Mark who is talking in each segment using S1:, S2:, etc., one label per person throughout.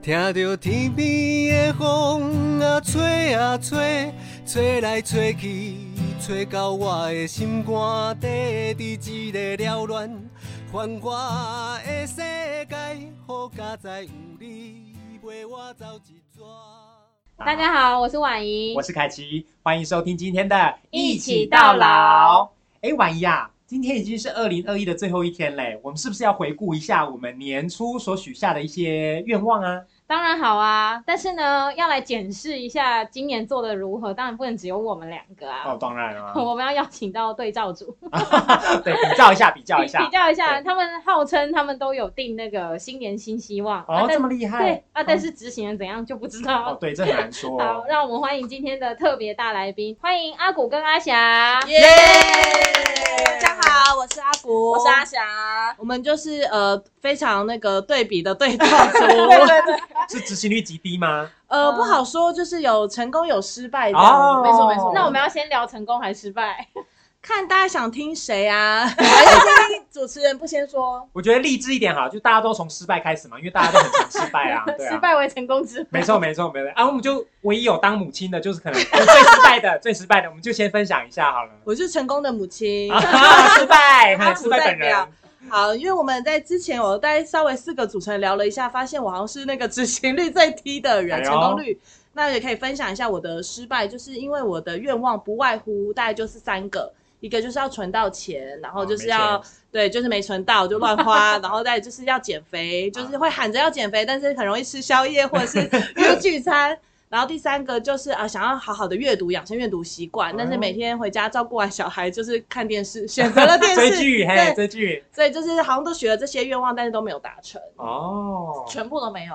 S1: 听着天边的风啊吹啊吹，吹来吹去，吹到我的心肝底，伫一个缭乱繁华的世界，好佳哉有你陪我走一逝。
S2: 大家好，我是婉怡
S3: 我。是凯奇，欢迎收听今天的《
S2: 一起到老。
S3: 哎，婉仪啊，今天已经是二零二一的最后一天嘞，我们是不是要回顾一下我们年初所许下的一些愿望啊？
S2: 当然好啊，但是呢，要来检视一下今年做的如何，当然不能只有我们两个啊。
S3: 哦，当然啊，
S2: 我们要邀请到对 照组，
S3: 对，比较一下，比较一
S2: 比
S3: 下
S2: 比。较一下，
S3: 对
S2: 他们号称他们都有定那个新年新希望，啊
S3: 哦，
S2: 但
S3: 这么厉害
S2: 对。啊，但是执行人怎样就不知
S3: 哦，
S2: 道。
S3: 对，这很难说哦。
S2: 好，让我们欢迎今天的特别大来宾，欢迎阿古跟阿霞。
S4: 耶！大家好，我是阿古，
S5: 我是阿。霞，
S4: 我们就是呃非常那个对比的对 照组，
S5: 对对对，
S3: 是执行率极低吗？
S4: 呃
S2: 嗯哦
S4: 不好说，就是有成功有失败这样子
S5: 没错没错
S2: 那我们要先聊成功还是失败？
S4: 看大家想听谁 啊？还是先主持人不先说？
S3: 我觉得励志一点好，就大家都从失败开始嘛，因为大家都很常失败 啊，对啊。
S2: 失败为成功之母
S3: 没错，没错，没错啊！我们就唯一有当母亲的，就是可能最失败的，最失败的，我们就先分享一下好了。
S4: 我是成功的 母亲。
S3: 啊，失败，
S4: 他
S3: 嗨
S4: 不
S3: 失败
S4: 代
S3: 本人
S4: 表。好，因为我们在之前，我大概稍微四个主持人聊了一下，发现我好像是那个执行率最低的人，
S3: 哎呦
S4: 成功率。那也可以分享一下我的失败，就是因为我的愿望不外乎大概就是三个，一个就是要存到钱，然后就是要、
S3: 哦没
S4: 对，就是没存到就乱花，然后再就是要减 肥，就是会喊着要减肥，但是很容易吃宵夜或者是约聚餐。然后第三个就是啊，想要好好的阅读，养成阅读习惯，但是
S3: 哦
S4: 每天回家照顾完小孩就是看电视，选择了电视
S3: 追剧，嘿，
S4: 对
S3: 追剧。
S4: 所以就是好像都许了这些愿望，但是都没有达成。
S3: 哦，
S5: 全部都没有。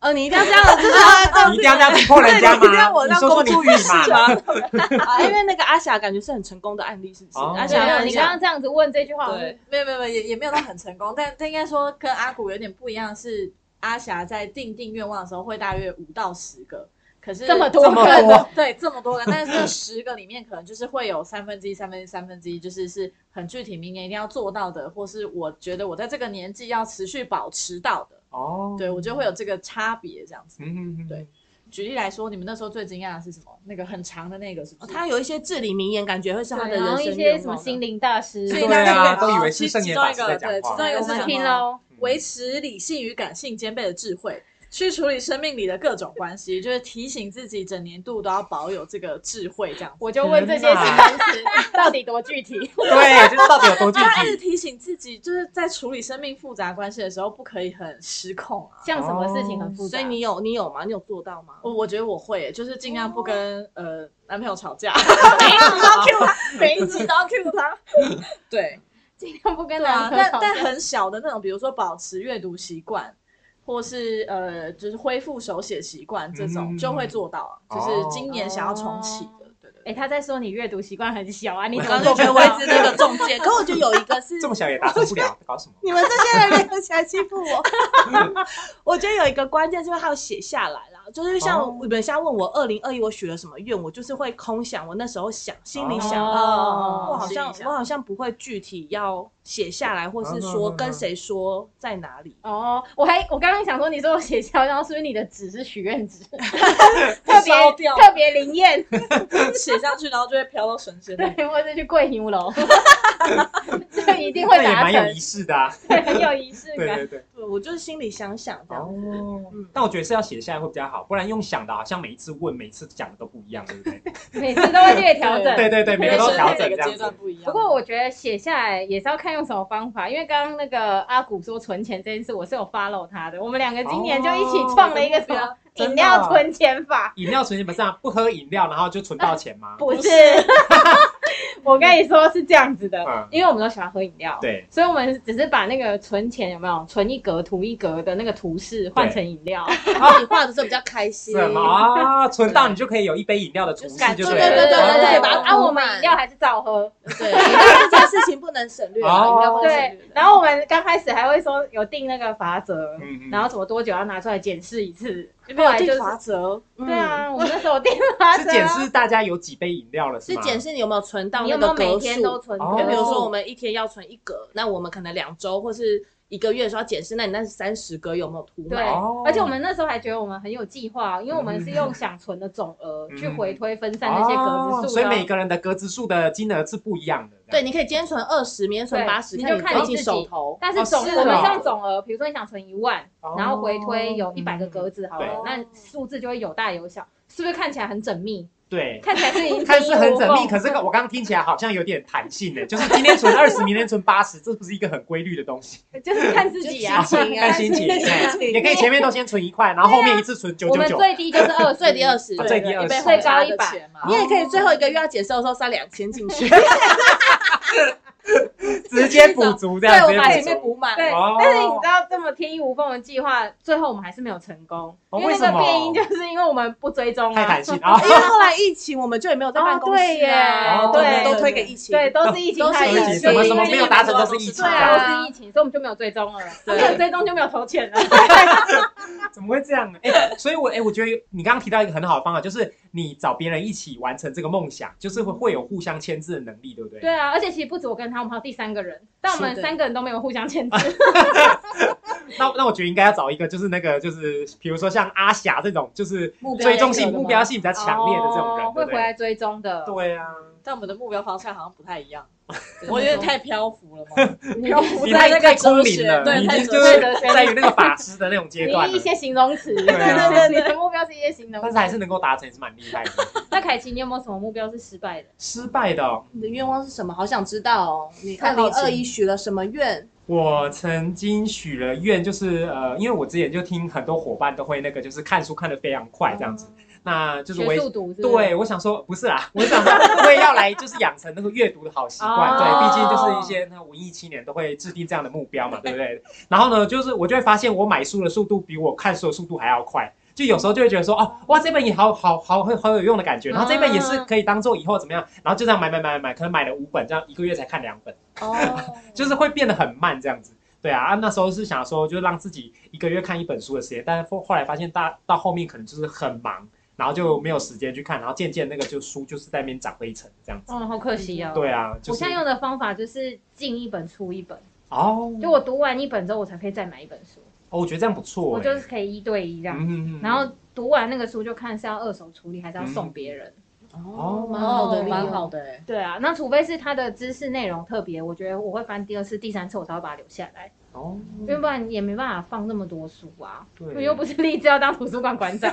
S4: 呃，你一定要这样，就是要这样
S3: 你一
S4: 子
S3: 定要这样逼迫人家
S4: 对你一定要
S3: 吗？
S4: 我
S3: 你
S4: 这样
S3: 说说
S4: 公
S3: 你
S4: 诸于
S3: 自己
S4: 世
S3: 嘛。
S4: 吗？ 啊，因为那个阿霞感觉是很成功的案例，是不是？
S3: 哦
S4: 阿
S2: 对
S4: 霞，
S2: 啊，
S4: 分
S2: 你
S4: 享
S2: 刚刚这样子问这句话，
S4: 对
S5: 没有没有没有，也也没有到很成功，但但应该说跟阿古有点不一样，是阿霞在定定愿望的时候会大约五到十个，可是
S2: 这么多
S3: 这么多
S2: 个，
S5: 对这么多个，但是这十个里面可能就是会有三分之一、三分之一、三分之一，就是是很具体，明年一定要做到的，或是我觉得我在这个年纪要持续保持到的，
S3: 哦，
S5: 对我觉得会有这个差别这样子。
S3: 嗯，嗯嗯，
S5: 对举例来说，你们那时候最惊讶的是什么？那个很长的那个是不
S4: 哦
S5: 是？
S4: 他有一些至理名言，感觉会是他的
S2: 然后
S4: 人
S2: 一
S4: 生
S2: 些
S4: 愿
S2: 什么
S3: 啊
S4: 望
S2: 心
S4: 的。
S2: 灵大师，
S5: 所以
S3: 对
S5: 大家
S3: 啊，
S5: 可以
S3: 都以为
S5: 其
S3: 是圣
S5: 其
S3: 严
S5: 中
S3: 法
S5: 一
S3: 师在
S5: 个
S3: 讲
S5: 对，其
S3: 话
S5: 中。一个
S2: 我
S5: 是什
S2: 们
S5: 么
S2: 听喽。
S5: 维持理性与感性兼备的智慧，去处理生命里的各种关系，就是提醒自己整年度都要保有这个智慧，这样子。
S2: 我就问这些
S3: 天
S2: 形
S3: 哪
S2: 容词到底多具体？
S3: 对，就是到底有多具
S5: 就要一直
S3: 体？
S5: 提醒自己，就是在处理生命复杂关系的时候，不可以很失控啊。
S2: 像什么事情很复
S3: 哦
S2: 杂？
S4: 所以你有你有吗？你有做到吗？
S5: 我我觉得我会耶，就是尽量不跟、呃男朋友吵 架，每一集都要 Q 他，每一集都要 Q 他。对，
S2: 尽量不跟
S5: 对啊
S2: 男，朋友
S5: 但
S2: 吵架
S5: 但很小的那种，比如说保持阅读习惯，或是呃，就是恢复手写习惯这种，
S3: 嗯
S5: 就会做到啊。就是今年想要重启的，对对
S2: 哎，
S5: 对。
S2: 他在说你阅读习惯很小啊，你
S4: 我
S2: 怎
S4: 刚
S2: 么
S4: 哦刚就
S2: 做
S4: 觉得
S2: 不到
S4: 我一直那个中介，可我觉得有一个是
S3: 这么小也达成不了，搞什么？
S4: 你们这些人联合起来欺负我。我觉得有一个关键是因为他有写下来啦，就是像
S3: 哦
S4: 你们现在问我二零二一我许了什么愿，我就是会空想，我那时候想，心里想，啊
S2: 哦
S4: 我好
S2: 心
S4: 像我好像不会具体要写下来，或是说
S3: 嗯嗯嗯嗯
S4: 跟谁说在哪里。
S2: 哦，我还我刚刚想说，你说我写下，然后是不是你的纸是许愿 纸，特
S5: 特
S2: 别
S5: 掉，
S2: 特别灵验？
S5: 写上去，然后就会飘到神仙那里。
S2: 对，或者去跪牛 楼，这一定会
S3: 那也
S2: 达
S3: 蛮有仪
S2: 成，
S3: 式的啊。
S2: 对，很有仪式
S3: 对
S2: 感。
S3: 对对。
S4: 对，我就是心里想想这样。
S3: 哦
S4: 嗯，
S3: 但我觉得是要写下来会比较好，不然用想的，好啊像每一次问、每一次讲的都不一样，对不对？
S2: 每次都会略调整。
S3: 对对对，每个都调整
S5: 每
S3: 这
S5: 个
S3: 样
S5: 阶
S3: 子
S5: 段。不一样。
S2: 不过我觉得写下来也是要看用什么方法，因为刚刚那个阿古说存钱这件事，我是有 follow 他的。我们两个今年就一起创了一个什么
S3: 真的
S2: 饮料存钱法，
S3: 饮料存钱本上不喝饮料，然后就存到钱吗？
S2: 不是？我跟你说是这样子的，
S3: 嗯
S2: 因为我们都喜欢喝饮料，
S3: 对，
S2: 所以我们只是把那个存钱有没有存一格涂一格的那个图示换成饮料，
S4: 然后你画的时候比较开心。
S3: 什么啊？存到你就可以有一杯饮料的厨师，就
S4: 对
S3: 了
S4: 对对对对
S2: 对，
S4: 把它涂满
S2: 啊，我们饮料还是照喝，
S4: 对，饮料这件事情不能省略啊，
S3: 哦
S4: 饮料不能省
S2: 对
S4: 略。。
S2: 然后我们刚开始还会说有定那个法则，
S3: 嗯嗯
S2: 然后什么多久要拿出来检视一次，
S5: 你没有
S2: 后来就
S5: 定
S2: 是
S5: 法则，
S4: 嗯
S2: 对，啊，我们那时候订了
S3: 是检视大家有几杯饮料了，
S4: 是
S3: 吗？
S4: 检视你有没有存到
S2: 你
S4: 那
S2: 有没有
S4: 个
S2: 每
S4: 格
S2: 天
S4: 数。
S2: 都存
S3: 哦
S2: 折？
S4: 就比如说我们一天要存一格，那我们可能两周或是一个月的时候要检视，那你那三十个有没有涂
S2: 对
S4: 满？，
S3: 哦
S2: 而且我们那时候还觉得我们很有计划，因为我们是用想存的总额
S3: 嗯
S2: 去回推分散那些格
S3: 哦
S2: 子数，
S3: 所以
S2: 然后
S3: 每个人的格子数的金额是不一样的。这
S4: 对，
S3: 样，
S4: 你可以今天存二十，明天存
S2: 对
S4: 八十，
S2: 你
S4: 看
S2: 就看你
S4: 你
S2: 自己
S4: 手头。
S2: 但是总
S3: 哦是
S2: 我
S3: 哦
S2: 们是用总额，比如说你想存一万，
S3: 哦
S2: 然后回推有一百个格子好了
S4: 对，
S2: 那数字就会有大有小，是不是看起来很缜密？
S3: 对。
S2: 看起来是已经
S3: 看似很缜密，可
S2: 是
S3: 是我刚刚听起来好像有点弹性呢，就是今天存二十，明天存八十，这不是一个很规律的东西。
S2: 就是看自己啊
S4: 就。心情啊
S3: 看 心情，
S4: 看心
S3: 对
S4: 情
S3: 也可以前面都先存一块，然后后面一次存九
S2: 我
S3: 九
S2: 们
S3: 九。
S2: 最低就是二，
S4: 最低二十，
S3: 啊最低
S4: 对
S3: 20
S4: 一
S2: 最
S4: 杯红
S2: 高
S4: 茶
S5: 花
S2: 啊一
S5: 的
S2: 百
S5: 钱嘛，
S4: 你也可以最后一个月要检收的时候塞两千进去，
S3: 直接补足这
S4: 对
S3: 样，
S4: 我
S3: 直
S4: 把
S3: 接
S4: 前
S3: 补足。
S4: 面补满。
S2: 对
S3: 哦，
S2: 但是你知道这么天衣无缝的计划，最后我们还是没有成功，
S3: 哦
S2: 因为
S3: 为
S2: 那
S3: 什
S2: 个
S3: 么
S2: 变因就是因为我们不追踪
S3: 太
S2: 啊
S3: 弹，性啊
S4: 因！为后来疫情，我们就也没有在办公室啊，
S3: 哦
S4: 都
S3: 对耶
S4: 我们
S5: 对
S4: 都推给疫情。
S2: 对，都是疫情
S3: 哎
S4: 都是
S2: 害
S4: 疫
S2: 的对
S4: 情怎么
S2: 因
S4: 怎么
S2: 为
S4: 没有
S3: 达成都是疫情
S2: 对
S4: 啊
S2: 啊，都是疫情，所以我们就没有追踪了，
S4: 对
S2: 没有追踪就没有投钱了。
S3: 怎么会这样呢？哎、所以我哎、我觉得你刚刚提到一个很好的方法，就是你找别人一起完成这个梦想，就是会会有互相牵制的能力，对不对？
S2: 对啊，而且其实不止我跟他，我们还有第三个人，但我们
S4: 是的啊
S2: 三个人都没有互相牵制。
S3: 那那我觉得应该要找一个，就是那个就是比如说像阿霞这种，就是
S5: 目标
S3: 追踪性、
S5: 类的吗
S3: 目标性比较 强烈的这种人，
S2: 哦
S3: 对不
S2: 会回
S3: 对？
S2: 来追踪的。
S3: 对啊，
S5: 但我们的目标方向好像不太一 样，
S2: 对
S5: 我有点太漂浮了 嘛。
S2: 你
S5: 漂浮
S3: 你
S5: 在
S3: 太
S5: 那
S3: 太
S5: 个
S3: 空
S5: 哲
S3: 灵
S5: 学，
S3: 了，
S5: 对，
S3: 你已
S5: 太
S3: 经
S5: 哲
S3: 就
S5: 学
S3: 是
S2: 哲学
S3: 在于那个法师的那种阶段
S2: 你一
S3: 了。
S2: 些形容词，对
S3: 啊
S2: 对对， 你的目标是一些形容
S3: 但
S2: 词
S3: 是。还是能够达成，也是蛮厉害 的。
S2: 那凯奇，你有没有什么目标是失败的？
S3: 失败的哦、
S4: 你的愿望是什么？好想知道哦。你二
S5: 太
S4: 零
S5: 好
S4: 二
S5: 奇
S4: 一许了什么愿？
S3: 我曾经许了愿，就是呃，因为我之前就听很多伙伴都会那个，就是看书看得非常快这样子。那就是我
S2: 学
S3: 也
S2: 速读是不是？
S3: 对我想说不是啦，我想说我也要来，就是养成那个阅读的好习惯。对，毕竟就是一些那文艺青年都会制定这样的目标嘛，对不对？然后呢，就是我就会发现我买书的速度比我看书的速度还要快。就有时候就会觉得说，哦，哇，这本也好好好好好有用的感觉，然后这本也是可以当做以后怎么样，然后就这样买买买买买，可能买了五本，这样一个月才看两本。
S5: 哦，
S3: 就是会变得很慢这样子。对啊，啊那时候是想说，就是让自己一个月看一本书的时间，但是后后来发现大到后面可能就是很忙，然后就没有时间去看，然后渐渐那个就书就是在那边长灰尘这样子。
S2: 嗯，好可惜哦。
S3: 对啊，就
S2: 我
S3: 是
S2: 现在用的方法就是进一本出一本，
S3: 哦，
S2: 就我读完一本之后，我才可以再买一本书，
S3: 哦我觉得这样不错欸。
S2: 我就是可以一对一这样。
S3: 嗯
S2: 然后读完那个书就看是要二手处理还是要送别人。
S3: 哦
S4: 蛮好的，
S5: 蛮好。的哎。
S2: 对啊，那除非是它的知识内容特别，我觉得我会翻第二次、第三次，我才会把它留下来，
S3: 哦，
S2: 因为不然也没办法放那么多书啊。我
S3: 对，
S2: 又不是立志要当图书馆馆 长。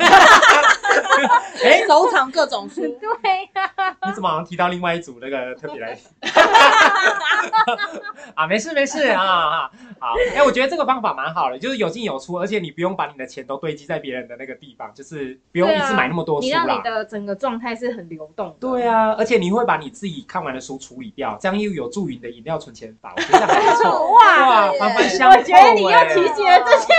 S4: 哎，收藏各种书。
S2: 对呀、
S3: 你怎么好像提到另外一组那个特别来宾？啊，没事没事啊啊，好，哎、我觉得这个方法蛮好的，就是有进有出，而且你不用把你的钱都堆积在别人的那个地方，就是不用
S2: 对
S3: 一
S2: 啊
S3: 次买那么多书
S2: 你让你
S3: 啦。
S2: 的整个状态是很流动的。
S3: 对啊，而且你会把你自己看完的书处理掉，这样又有助于你的饮料存钱法，我觉得这样还不错。
S2: 哇，
S3: 哇，环环相扣、欸。
S2: 我觉得你又提醒了这些，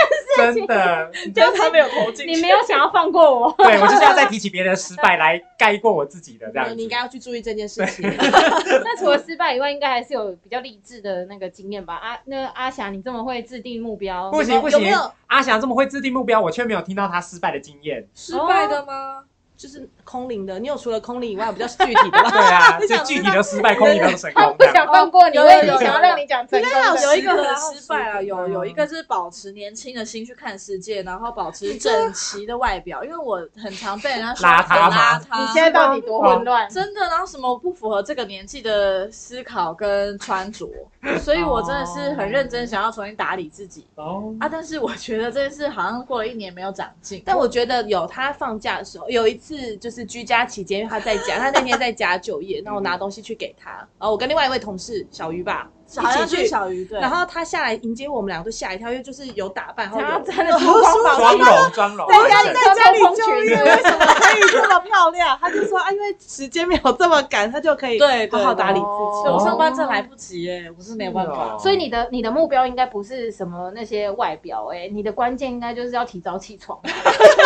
S3: 真 的，
S5: 但他没有投进
S2: 你没有想要放过我。
S3: 对我就是要再提起别人的失败来盖过我自己的这
S2: 嗯
S3: 样子。
S4: 你应该要去注意这件事情。
S2: 那除了失败以外，应该还是有比较励志的那个经验吧？阿、那阿霞，你这么会制定目标，
S3: 不行不行
S4: 有没有
S3: 阿翔这么会制定目标，我却没有听到他失败的经验。
S5: 失败的吗？
S4: 就是空灵的？你有除了空灵以外有比较具体 的吗？
S3: 对啊，
S4: 你
S3: 就
S4: 想
S3: 具体的失败空你都成
S2: 他
S3: 功
S2: 不
S3: 这样。
S2: 想放过你，
S5: 哦 有
S2: 我也
S5: 有有
S2: 想要让你讲成功
S4: 有
S2: 的。
S5: 哦有一个
S4: 失败啊
S5: 很失败啊，有有一个是保持年轻的心去看世界，然后保持整齐的外表，因为我很常被人家说
S3: 邋遢
S5: 很
S3: 吗
S5: 邋遢。啊
S2: 你现在到底多混乱？
S5: 真的，然后什么不符合这个年纪的思考跟穿着，所以我真的是很认真想要重新打理自己
S3: 哦，
S5: 啊。但是我觉得这件事好像过了一年没有长进，
S4: 但我觉得有他放假的时候，有一次就是居家期间，因为他在家，他那天在家就业，那我拿东西去给他，然后我跟另外一位同事小鱼吧
S5: 好
S4: 一
S5: 像
S4: 起
S5: 就是
S4: 去，
S5: 小鱼对，
S4: 然后他下来迎接我们俩都吓一跳，因为就是有打扮，
S2: 想
S4: 然后
S2: 要
S4: 有
S2: 真的出光宝
S3: 妆 容妆
S4: 啊
S3: 容，
S2: 在家里在家里就业
S4: 为什么可以这么漂亮？他就说啊，因为时间没有这么赶，他就可以
S5: 对
S4: 好
S5: 对
S4: 好打理自
S5: 对
S4: 己。
S5: 我上班真来不及耶，我哦是没哦有办法。
S2: 哦所以你的你的目标应该不是什么那些外表、哎，你的关键应该就是要提早起床。
S5: 这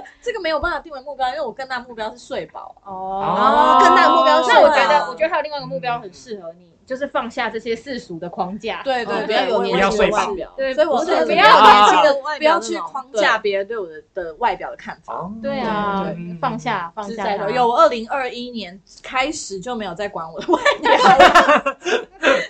S5: 个这个没有办法定为目标，因为我更大目标是睡饱。啊
S2: 哦
S3: 哦
S4: 更大的目标是啊
S2: 那我觉
S5: 睡
S2: 得，
S5: 饱
S2: 我觉得还有另外一个目标很适合你，就是放下这些世俗的框架。
S5: 对
S4: 哦
S5: 对
S4: 不要
S5: 对，
S4: 有
S5: 我
S4: 年
S5: 我
S3: 轻
S5: 也
S3: 的
S5: 是
S3: 外
S2: 表对
S5: 所以我
S4: 不是
S5: 是
S4: 不
S5: 要
S4: 要
S5: 年轻
S4: 有
S5: 的
S4: 外表
S5: 不要
S4: 那
S5: 去
S4: 种
S5: 框
S4: 对
S5: 架别人对我的的外表的看法。
S3: 哦
S2: 对啊
S5: 对
S3: 对，
S2: 放下放
S5: 是
S2: 下
S5: 在
S2: 它。
S5: 的，有我二零二一年开始就没有再管我的 外表，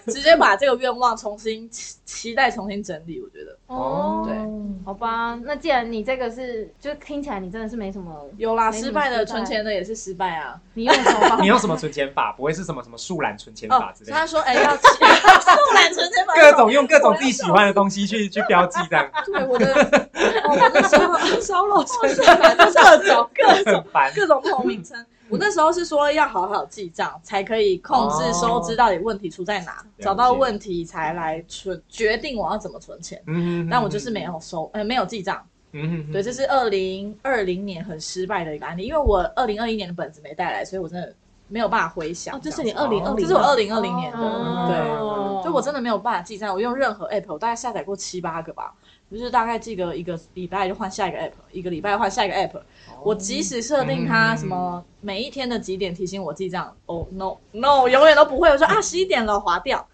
S5: 直接把这个愿望重新期期待重新整理。我觉得
S2: 哦，
S5: 对
S2: 好吧，那既然你这个是，就听起来你真的是没什么，
S5: 有啦，
S2: 没你
S5: 失败
S2: 失败
S5: 的存钱的也是失败啊。
S2: 你用什么方法
S3: 你用什么存钱法？不会是什么什么树懒存钱法
S5: 哦
S3: 之，类的？
S5: 他说哎要期送懒存钱法
S3: 各种用各种自己喜欢的东西去去标记，这 样
S5: 对我的，哦我的烧烧肉存钱法就是各种各种
S3: 很 烦。
S5: 各种不同名称。我那时候是说要好好记账，才可以控制收支到底问题出在哪，
S3: 哦解
S5: 找到问题才来存决定我要怎么存钱。
S3: 嗯
S5: 但我就是没，有收，呃，没有记账。
S3: 嗯
S5: 对，这是二零二零年很失败的一个案例，因为我二零二一年的本子没带来，所以我真的没有办法回想。
S4: 哦，这是你
S5: 样
S4: 二 零二
S5: 子
S4: 零，
S5: 这是我二零二零年的，
S3: 哦
S5: 对。
S2: 哦
S5: 就我真的没有办法记账，我用任何 app，我大概下载过七八个吧，就是大概记个一个礼拜就换下一个 app，一个礼拜换下一个 app。我
S3: 哦
S5: 即使设定它
S3: 嗯
S5: 什么每一天的几点提醒我记账，oh no no，永远都不会。我说啊十一点了，划掉，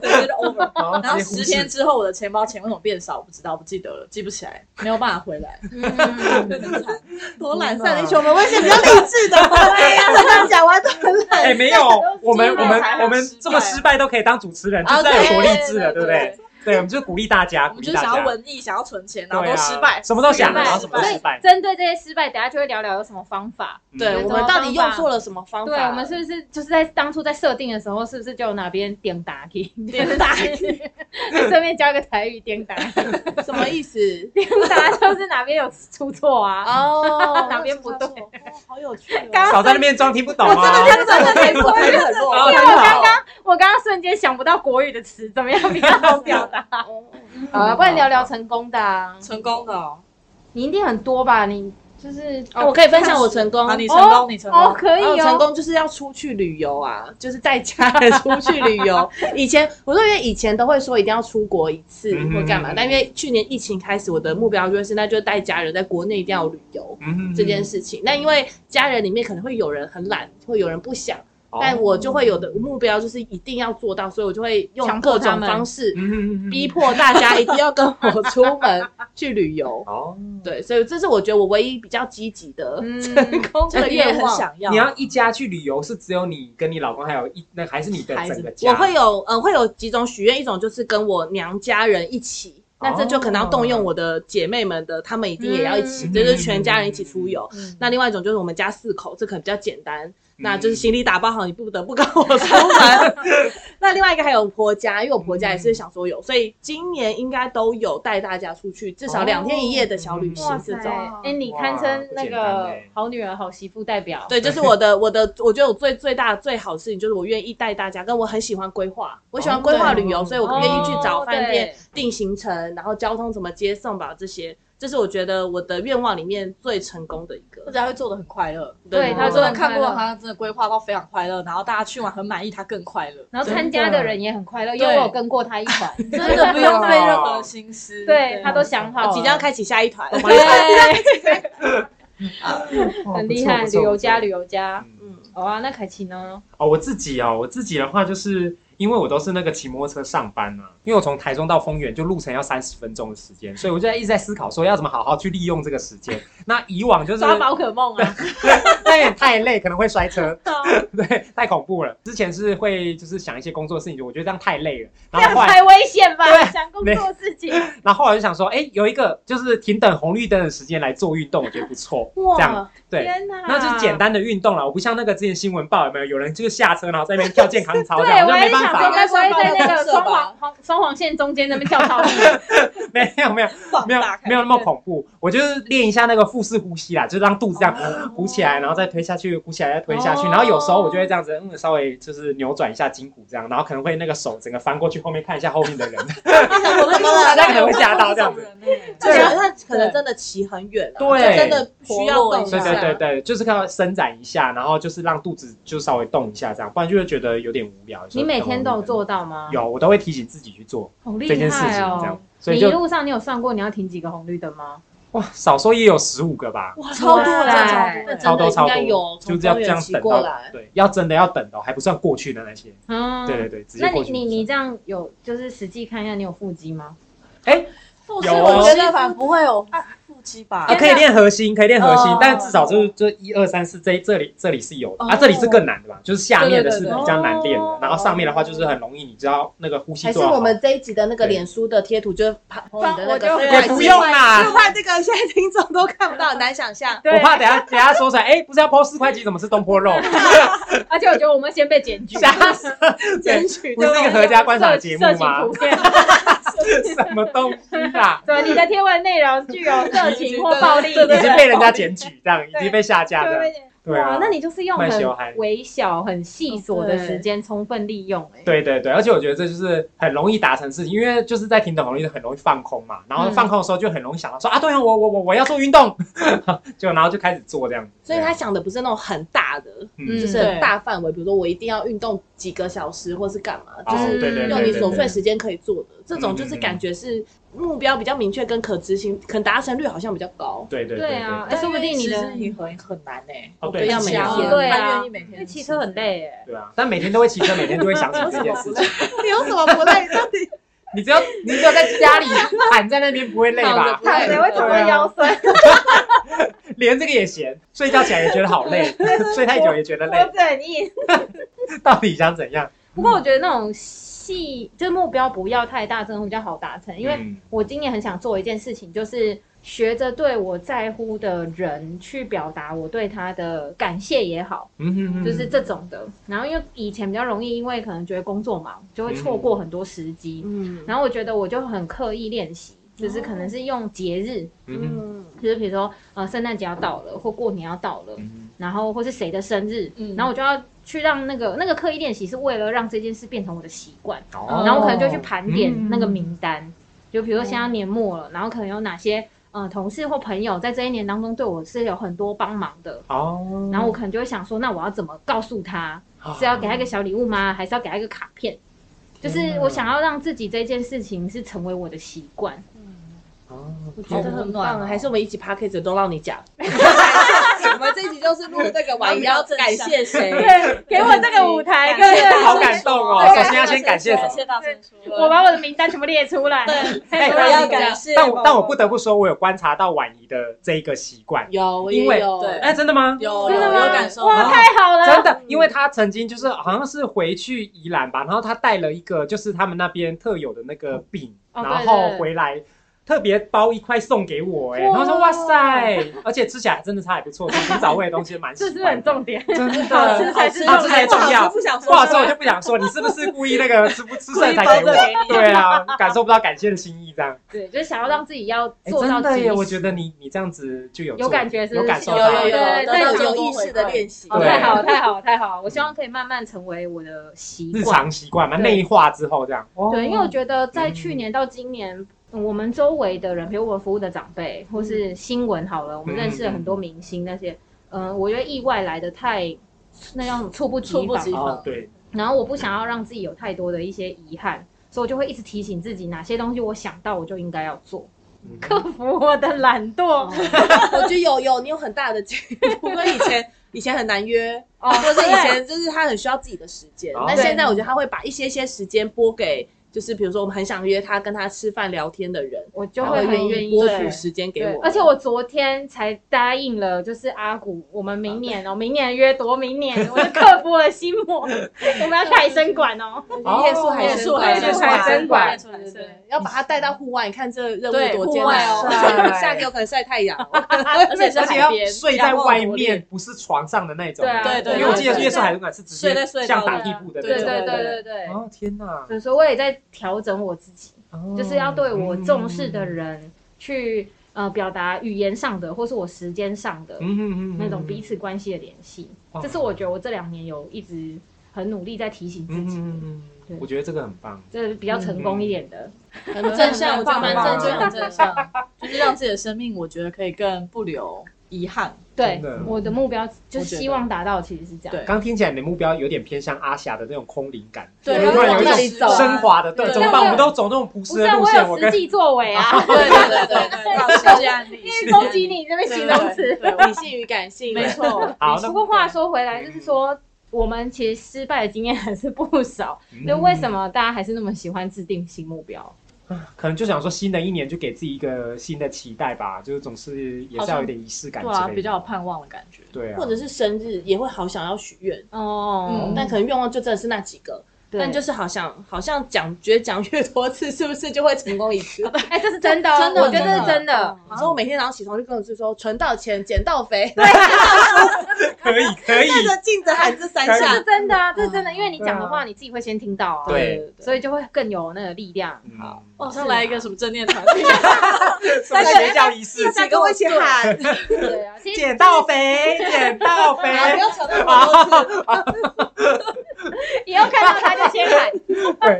S5: 对，就是 over。
S3: 哦
S5: 然后
S3: 直接忽
S5: 十
S3: 视
S5: 天之后，我的钱包钱为什么变少？我不知道，不记得了，记不起来，没有办法回 来，
S2: 嗯
S5: 很惨，多懒
S3: 天
S5: 散
S3: 哪
S5: 的一群。我们为 什么要励志的？这样讲完都很
S3: 哎，
S5: 懒。
S3: 没 有，我们我们
S5: 还很
S3: 我们
S5: 失败
S3: 这么失败都可以当主持人，就知
S5: 啊
S3: 道有多励志了，
S5: 对
S3: 对不对？？对，我们就鼓励大家，鼓
S5: 我们
S3: 励
S5: 就是
S3: 大
S5: 想要
S3: 家。
S5: 文艺，想要存钱，然后
S3: 对
S5: 都
S3: 啊，
S5: 失败，
S3: 什么都
S5: 失败
S3: 想，然后什么都
S5: 失败
S3: 失败。
S2: 针对这些失败，等下就会聊聊有什么方法。
S3: 嗯
S4: 对我
S2: 怎
S4: 们
S2: 么
S4: 到底
S2: 方
S4: 用
S2: 法
S4: 错了什么方法？
S2: 对，我们是不是就是在当初在设定的时候，是不是就有哪边点打 给
S5: 点打给
S2: 顺便教一个台语点打给，
S4: 什么 意思？
S2: 点打就是哪边有出错啊？
S4: 哦
S2: 哪边不对
S4: 哦好有趣 哦。
S2: 刚
S3: 少在那边装听不懂
S2: 我真
S3: 啊！
S2: 的真的
S5: 太弱，真的很弱。
S3: 啊
S2: 因为
S3: 真
S2: 我
S3: 的
S2: 刚
S3: 哦
S2: 刚我刚刚瞬间想不到国语的词，怎么样比较好表达？
S4: 哦
S2: 好啊，不然聊聊成功的啊，
S5: 成功的哦，
S2: 你一定很多吧？你就是
S4: 哦我可以分享我成功
S5: 啊，你成功，你成
S2: 哦，
S5: 功，
S2: 可以
S4: 然后
S2: 哦，
S4: 成功就是要出去旅游啊，就是在家 出去旅游。以前我说，因为以前都会说一定要出国一次
S3: 嗯
S4: 或干嘛，但因为去年疫情开始，我的目标就是那就带家人在国内一定要旅游
S3: 嗯
S4: 这件，事情。那因为家人里面可能会有人很懒，会有人不想，
S3: 哦
S4: 但我就会有的目标就是一定要做到，所以我就会用
S2: 强迫
S4: 各
S2: 他
S4: 种
S2: 们
S4: 方式
S3: 嗯。
S4: 逼迫大家一定要跟我出 门去旅游
S3: 哦，
S4: 对，所以这是我觉得我唯一比较积极的。
S2: 嗯，
S5: 功这个也很想要。
S3: 你要一家去旅游是只有你跟你老公，还有一那还是你的
S5: 孩子
S3: 整个家？
S4: 我会有，呃，会有几种许愿，一种就是跟我娘家人一起，那这就可能要动用我的姐妹们的，她们一定也要一起，
S3: 嗯
S4: 就是全家人一起出游。
S5: 嗯
S4: 那另外一种就是我们家四口，这可能比较简单，那就是行李打包好，你不得不跟我出门。那另外一个还有婆家，因为我婆家也是想说有，所以今年应该都有带大家出去，至少两天一夜的小旅行
S2: 哇
S4: 这
S2: 塞
S4: 种。，
S2: 哎，你堪称那个
S3: 欸
S2: 好女儿、好媳妇代表，
S4: 对，就是我的我的，我觉得我最最大最好的事情就是我愿意带大家，跟我很喜欢规划，我喜欢规划旅游，
S3: 哦
S4: 所以我
S2: 哦，
S4: 愿意去找饭店
S2: 对，
S4: 定行程，然后交通怎么接送吧，这些，这是我觉得我的愿望里面最成功的一
S5: 或
S4: 个。
S5: 者他会做的很快乐，
S2: 对他
S5: 我
S2: 做得
S5: 真的
S2: 很快乐
S5: 看过他真的规划到非常快乐，然后大家去完很满意，他更快乐，
S2: 然后参加的人也很快乐，因为
S5: 对
S2: 我有跟过他 一团，
S5: 真的不用费任
S3: 哦
S5: 何心思，
S2: 对他都想好了，
S4: 即将开启下一团，
S2: 对，
S3: 哦
S2: 很厉害，
S3: 不错
S2: 旅游家，
S3: 不
S2: 旅游家
S3: 错。嗯
S4: 嗯，
S2: 好啊，那凯奇呢？
S3: 哦，我自己哦，我自己的话就是。因为我都是那个骑摩托车上班嘛、因为我从台中到丰原就路程要三十分钟的时间，所以我就在一直在思考说要怎么好好去利用这个时间。那以往就是
S2: 抓 宝可梦 啊，
S3: 那也太累，可能会摔车，对，太恐怖了。之前是会就是想一些工作的事情，我觉得这样太累了。
S2: 这
S3: 然
S2: 样
S3: 后后来，
S2: 才危险吧？
S3: 对
S2: 想工作事 情，
S3: 然后后来就想说，哎、有一个就是停等红绿灯的时间来做运动，我觉得不错。这样
S4: 哇，
S3: 对，
S2: 天哪，
S3: 那就是简。单的运动了。我不像那个之前新闻报有没有，有人就是下车然后在那边跳健康 操这
S2: 对，
S3: 样，
S2: 我
S3: 就
S2: 还
S3: 没
S2: 想
S3: 办
S2: 说，
S3: 法。
S2: 该不会在那 个双黄黄双黄线中间那边跳操？
S3: 没有没有
S5: 放
S3: 没有
S5: 大开
S3: 没有那么恐怖，我就是练一下那个腹式呼吸啦，就是让肚子这样鼓起来，然后再推下去，鼓起来再推下去。
S2: 哦
S3: 然后有时候我就会这样子，嗯，稍微就是扭转一下筋骨这样，然后可能会那个手整个翻过去，后面看一下后面的人。
S5: 我 们
S3: 大家可能会吓到这样子，
S4: 这样那可能真的骑很远了，
S3: 对
S4: 就真的需要动
S3: 对
S4: 一
S5: 活络一
S3: 对
S4: 下。
S5: 下
S3: 对对，就是要伸展一下，然后就是让肚子就稍微动一下，这样，不然就会觉得有点无聊。有时候
S2: 你每天都有做到吗？，
S3: 有，我都会提醒自己去做
S2: 好
S3: 这
S2: 厉
S3: 件事情，
S2: 害
S3: 这样
S2: 哦！。
S3: 所
S2: 你
S3: 以
S2: 一
S3: 就
S2: 路上你有算过你要停几个红绿灯吗？
S3: 哇，少说也有十五个吧，
S4: 哇，
S5: 超多
S2: 哇
S5: 的，超多
S2: 那
S5: 的。
S4: 真
S3: 超
S4: 的
S3: 多超
S4: 应该
S3: 多
S4: 有，
S3: 就
S4: 从
S3: 这样
S4: 高
S3: 这样
S4: 原骑
S3: 等
S4: 过
S3: 到
S4: 来。
S3: 对，要真的要等的哦，还不算过去的那些。
S2: 嗯，
S3: 对对对，直接
S2: 那
S3: 过
S2: 你
S3: 去。
S2: 你你这样有就是实际看一下你有腹肌吗？
S5: 腹
S3: 有哦
S5: 反而不会有腹肌吧
S3: 啊，
S4: 哎
S3: 可以练核心，可以练核心
S5: 哦，
S3: 但至少就是这一二三四这这里这里是有的啊，
S5: 哦
S3: 这里是更难的吧？就是下面的是
S5: 对对对
S3: 比较难练的
S2: 哦，
S3: 然后上面的话就是很容易，你知道那个呼吸
S4: 还是
S3: 做得好
S4: 我们这一集的那个
S3: 对
S4: 脸书的贴图，就是拍你的那
S2: 放
S4: 个
S2: 我就
S4: 对，
S3: 也不用啦
S4: 就。怕这个现在听众都看不到，很难想象。
S2: 对
S3: 我怕等下等下说出来，哎，不是要剖四块肌，怎么是东坡 肉？
S2: 而且我觉得我们先被检举，
S3: 吓死！
S4: 争取
S3: 不是那个合家观赏节目吗
S2: 色情图片，
S3: 什么东西啦？
S2: 对，你的贴文内容具有色情或暴力，
S4: 对对
S3: 已
S4: 对
S3: 经被人家检举，这样已
S2: 对
S3: 经被下架
S2: 就会被
S3: 的。
S2: 检举
S3: 对啊
S2: 哇，那你就是用
S3: 慢修
S2: 很
S3: 嗨
S2: 微小、很细琐的时间充分利用，哎，
S3: 对对对，而且我觉得这就是很容易达成事情，因为就是在平等红绿灯很容易放空嘛，然后
S2: 嗯
S3: 放空的时候就很容易想到说、啊，对啊，我我我我要做运动， 就然后就开始做这样子。啊
S4: 所以他想的不是那种很大的，
S3: 嗯
S4: 就是很大范围，比如说我一定要运动几个小时，或是干嘛，就
S3: 哦
S4: 是
S3: 对对对
S4: 用你
S3: 对
S4: 琐碎
S3: 对
S4: 时间可以做的。这种就是感觉是目标比较明确，跟可执行、可达成率好像比较高。
S3: 对对
S2: 对啊，哎，说不定你
S5: 其
S2: 的
S5: 实你很很难诶，
S3: 哦
S5: 我
S3: 对
S5: 跟你
S4: 要每
S5: 讲
S4: 天
S5: 我
S2: 对啊
S5: 蛮愿意每天，
S2: 因为骑车很，累，哎，
S3: 对啊，但每天都会骑车，每天都会想起这件 事情。
S4: 你有什么不累？到底
S3: 你只要你只要在家里躺在那边不会累
S4: 躺着
S3: 吧
S4: 不？累
S2: 会头
S3: 对
S2: 会
S3: 啊
S2: 腰酸，
S3: 连这个也嫌，睡觉起来也觉得好累，睡太久也觉得
S2: 脖
S3: 累，
S2: 子很硬。
S3: 到底想怎样？
S2: 不过我觉得那种细，就是目标不要太大，真的比较好达成。因为
S3: 嗯
S2: 我今年很想做一件事情，就是学着对我在乎的人去表达我对他的感谢也好，
S3: 嗯哼哼
S2: 就是这种的。然后因为以前比较容易，因为可能觉得工作忙，就会错过很多时机。
S4: 嗯
S2: 然后我觉得我就很刻意练习，就是可能是用节日，
S3: 嗯哼
S2: 就是比如说呃圣诞节要到了，或过年要到了，
S3: 嗯
S2: 然后或是谁的生日，
S5: 嗯
S2: 然后我就要去让那个那个刻意练习，是为了让这件事变成我的习惯。
S3: 哼哦
S2: 然后我可能就去盘
S3: 嗯哦
S2: 点那个名单，就比如说现在年末了，然后可能有哪些呃同事或朋友在这一年当中对我是有很多帮忙的，
S3: 哦，
S2: 然后我可能就会想说，那我要怎么告诉他？
S3: 哦
S2: 是要给他一个小礼物吗？还是要给他一个卡片？
S3: 嗯
S2: 就是我想要让自己这件事情是成为我的习惯，
S3: 哦
S4: 我觉得
S5: 好
S4: 很
S5: 温暖
S4: 棒，啊
S5: 哦
S4: 还是我们一集 p a c k a g e 都让你讲。我们这一集就是录这个完，
S5: 比
S4: 你
S5: 较
S4: 要
S5: 正
S4: 感
S5: 向
S4: 谢谁？
S2: 对，给我这个舞台，
S5: 感谢
S2: 对
S3: 好感动哦！首
S5: 对
S3: 先要先感谢什
S5: 感
S3: 么？
S5: 谢大神叔，
S2: 我把我的名单全部列出来，
S5: 我
S3: 哎
S5: 也要感谢宝
S3: 但
S5: 宝，
S3: 我但我不得不说，我有观察到婉仪的这一个习惯。
S4: 有，我也
S3: 因为
S4: 有，
S5: 对
S3: 哎，真的吗？
S5: 有
S2: 真
S5: 有
S2: 的
S5: 有
S2: 吗
S5: 感受
S2: 哇，
S5: 到
S2: 太好 了，
S3: 哦真的，因为她曾经就是好像是回去宜兰吧，然后她带了一个就是他们那边特有的那个饼，
S2: 哦对
S3: 然后
S2: 对
S3: 回来特别包一块送给我，哎，然
S2: 哇
S3: 后说哇塞，而且吃起来真的是还不错，很早味的东西蛮喜欢的，
S2: 这是很重点，
S3: 真的
S2: 好吃才是
S3: 好吃才重 要。
S4: 不想
S3: 不好吃我就不想说，你是不是故意那个吃不吃剩才
S4: 包
S3: 给我
S4: 着给？
S3: 对啊，感受不到感谢的心意这样。
S2: 对，就是想要让自己要
S3: 哎，
S2: 做
S3: 真
S2: 到
S3: 的
S2: 极
S3: 耶！
S2: 致。
S3: 我觉得你你这样子就有
S2: 有
S3: 做
S2: 感觉是不是
S3: 有感受
S2: 有
S3: 到，
S2: 有有对
S5: 对
S4: 有
S5: 对
S4: 意识的练习，
S2: 哦，
S3: 对
S2: 太好了，太好了，太好了！我希望可以慢慢成为我的习
S3: 日
S2: 惯。
S3: 常习惯嘛，
S2: 对
S3: 内化之后这样。哦
S2: 对，因为我觉得在去年到今年，嗯我们周围的人，比如我们服务的长辈，或是新闻好了，我们认识了很多明星那些，嗯、我觉得意外来的太那叫什么猝不及
S5: 猝不及
S2: 防，
S3: 哦，对，
S2: 然后我不想要让自己有太多的一些遗憾。所以我就会一直提醒自己，哪些东西我想到我就应该要做，
S3: 嗯
S2: 克服我的懒惰。
S4: 我觉得有有，你有很大的进步，因为以 前以前很难约，
S2: 哦，
S4: 或者是以
S2: 对
S4: 前就是他很需要自己的时间
S3: 哦，
S4: 但现在我觉得他会把一些些时间拨给，就是比如说我们很想约他跟他吃饭聊天的人，
S2: 我就
S4: 然
S2: 会
S4: 后
S2: 很
S4: 愿
S2: 愿
S4: 意
S2: 意
S4: 拨
S2: 去
S4: 出时间给
S2: 对，
S4: 我，
S2: 而且我昨天才答应了，就是阿古，我们明年哦，明年约多，明年我就克服了心魔，我们要去海参馆哦。
S3: 哦
S4: 夜宿海
S5: 夜
S4: 参
S5: 宿海
S4: 馆，
S5: 参
S2: 馆
S5: 馆
S4: 对对对，要把他带到户外，你看这任务
S5: 对
S4: 多艰
S5: 户外
S4: 难
S5: 哦
S3: 对
S4: 下个有可能晒太阳哦，
S5: 而且是
S3: 而且
S5: 海
S3: 要
S5: 边，
S3: 睡在外面，不是床上的那种。
S2: 对啊
S5: 对对
S3: 因为我记得
S5: 对
S3: 夜市海豚馆是直
S5: 睡在
S3: 接
S5: 睡
S3: 像
S5: 道
S3: 打
S5: 的
S3: 地铺的啊
S2: 对
S3: 那
S2: 对
S3: 种。
S2: 对对对，
S3: 哦天哪！
S2: 所以说我也在调整我自己，
S3: 哦
S2: 就是要对我重视的，人去呃表达语言上的，或是我时间上的
S3: 嗯嗯嗯，
S2: 那种彼此关系的联系
S3: 哇。
S2: 这是我觉得我这两年有一直很努力在提醒自
S3: 嗯，嗯
S2: 己，
S3: 嗯嗯
S2: 对
S3: 嗯，我觉得这个很棒。
S2: 这是比较成功一点的。
S5: 很正向，我觉得蛮
S3: 棒
S5: 正向，很正向，就是让自己的生命，我觉得可以更不留遗憾。
S2: 对
S3: 真的，
S2: 我的目标就
S5: 我
S2: 是
S5: 觉得
S2: 希望达到，其实是这样。
S5: 对
S3: 刚听起来你的目标有点偏向阿霞的那种空灵感，
S5: 对
S3: 突然有一
S2: 往那里走
S3: 种
S2: 啊
S3: 升华的，对，
S5: 对
S3: 怎么
S2: 但
S3: 办？
S2: 我
S3: 我们都走那种朴
S2: 不
S3: 实
S2: 是
S3: 的
S2: 啊，
S3: 路
S2: 我
S3: 线，我
S2: 有实
S3: 跟
S2: 际 作为啊，
S5: 对对对对，实际案 例，
S2: 因为攻击你这边
S5: 对
S2: 形容词。
S5: 对对
S4: 理性与感性，
S5: 没错，
S3: 好，那
S2: 不过话说回来，就是说我们其实失败的经验还是不少，
S3: 嗯
S2: 就为什么大家还是那么喜欢制定新目标？
S3: 可能就想说新的一年就给自己一个新的期待吧，就是总是也是要有点仪式感之
S5: 对
S3: 类的，
S5: 啊，比较有盼望的感觉。
S3: 对啊，
S4: 或者是生日也会好想要许愿，
S2: 哦
S5: 嗯，
S4: 但可能愿望就真的是那几个，
S2: 对
S4: 但就是好像好像讲，觉得讲越多次，是不是就会成功一次？
S2: 哎，这是真的哦，
S5: 真的
S2: 我觉得这是真的。
S3: 嗯
S4: 然后我每天早上起床就跟我自己说：“存到钱，捡到肥。”
S3: 可以可以，
S4: 对着镜子喊这三
S2: 这
S4: 下
S2: 是，真的啊，这是真的，因为你讲的
S3: 嗯对啊
S2: 话你自己会先听到啊，
S3: 对
S2: 所以就会更有那个力量。
S3: 嗯
S2: 好，
S5: 晚上哦来一个什么正念团体，
S3: 什么邪教仪式
S4: 一，起跟我一起喊，
S2: 对啊，其实
S3: 捡到 肥，捡到肥，
S4: 啊不要扯那么多次。
S2: 以后看到他就先喊。
S3: 对，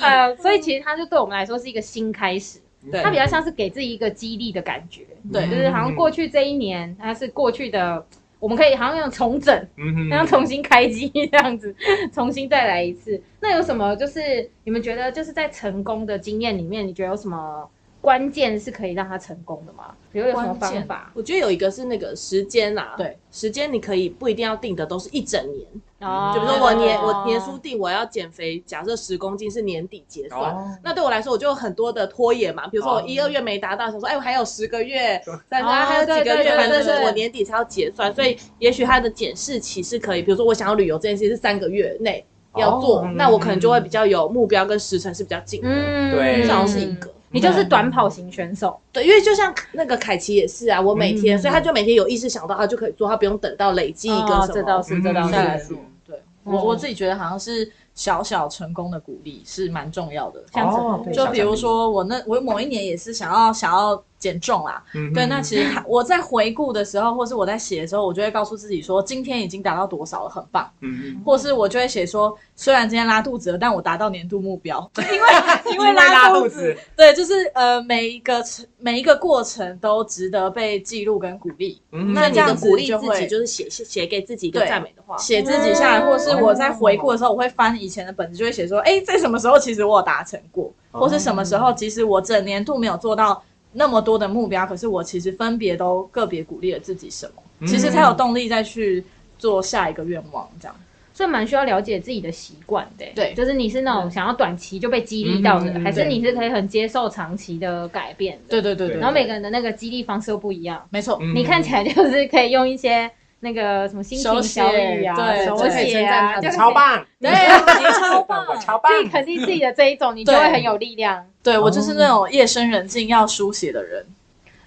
S2: 呃，所以其实它就对我们来说是一个新开始，
S5: 对
S2: 它比较像是给自己一个激励的感觉，
S5: 对
S2: 就是好像过去这一年，它是过去的，我们可以好像要重整，
S3: 嗯
S2: 好像重新开机这样子， 重新再来一次。那有什么就是你们觉得就是在成功的经验里面，你觉得有什么关键是可以让它成功的吗？比如有什么
S5: 关
S2: 方
S5: 键
S2: 法？
S4: 我觉得有一个是那个时间啊，
S5: 对，
S4: 时间你可以不一定要定的都是一整年，
S2: 哦
S4: 就比如说我年
S5: 对
S4: 我年初定我要减肥，假设十公斤是年底结算。
S3: 哦，
S4: 那对我来说，我就有很多的拖延嘛，比如说我
S3: 哦
S4: 一、二月没达到，想说，哎，我还有十个 月
S3: 对、
S4: 三个，
S2: 哦
S4: 啊还有几
S2: 对
S4: 个
S2: 对
S4: 月，
S2: 对
S4: 反正
S2: 对对
S4: 是我年底才要结算，所以也许它的检视期是可以，比如说我想要旅游这件事情是三个月内要做，
S3: 哦
S4: 那我可能就会比较有目标跟时程是比较近的。
S2: 嗯，
S3: 对
S4: 至少是一个。
S2: 你就是短跑型选手，
S4: 对，因为就像那个凯奇也是啊，我每天，
S3: 嗯
S4: 所以他就每天有意识想到，他就可以做，他不用等到累积一个
S2: 哦
S4: 什
S2: 这
S4: 么。
S2: 倒是，这倒
S3: 嗯
S2: 是
S5: 下来做。对我
S2: 嗯
S5: 我自己觉得好像是小小成功的鼓励是蛮重要的。
S2: 像什么
S3: 哦对
S5: 就比如说我那我某一年也是想要想要减重啦，
S3: 嗯
S5: 对，那其实还我在回顾的时候，或是我在写的时候，我就会告诉自己说，今天已经达到多少了，很棒。
S3: 嗯
S5: 或是我就会写说，虽然今天拉肚子了，但我达到年度目标，因为
S3: 因为拉肚子，
S5: 对，就是呃，每一个程每一个过程都值得被记录跟鼓励。
S3: 嗯
S5: 那
S4: 你
S5: 这样
S4: 的
S5: 子
S4: 鼓励
S5: 就
S4: 自己
S5: 会
S4: 就是写写写给自己一个
S5: 对
S4: 赞美的话，
S5: 写自己下来，或是我在回顾的时候，我会翻以前的本子，就会写说，哎，在什么时候其实我有达成过，
S3: 哦
S5: 或是什么时候其实我整年度没有做到那么多的目标，可是我其实分别都个别鼓励了自己什么，
S3: 嗯
S5: 其实才有动力再去做下一个愿望这样。
S2: 所以蛮需要了解自己的习惯的欸。
S5: 对嗯
S2: 就是你是那种想要短期就被激励到的，
S3: 嗯
S2: 还是你是可以很接受长期的改变的？
S5: 对对对对，
S2: 然后每个人的那个激励方式又不一样，
S5: 没错，
S3: 嗯
S2: 你看起来就是可以用一些那个什么心情小语啊、
S5: 手
S2: 手
S5: 写
S2: 写
S5: 对就可以称赞
S2: 啊，
S5: 他
S2: 就可以
S3: 超，棒，
S5: 对，你 超棒，
S3: 我超棒
S2: 自，己肯定自己的这一种，你就会很有力量。
S5: 对我就是那种夜深人静要书写的人。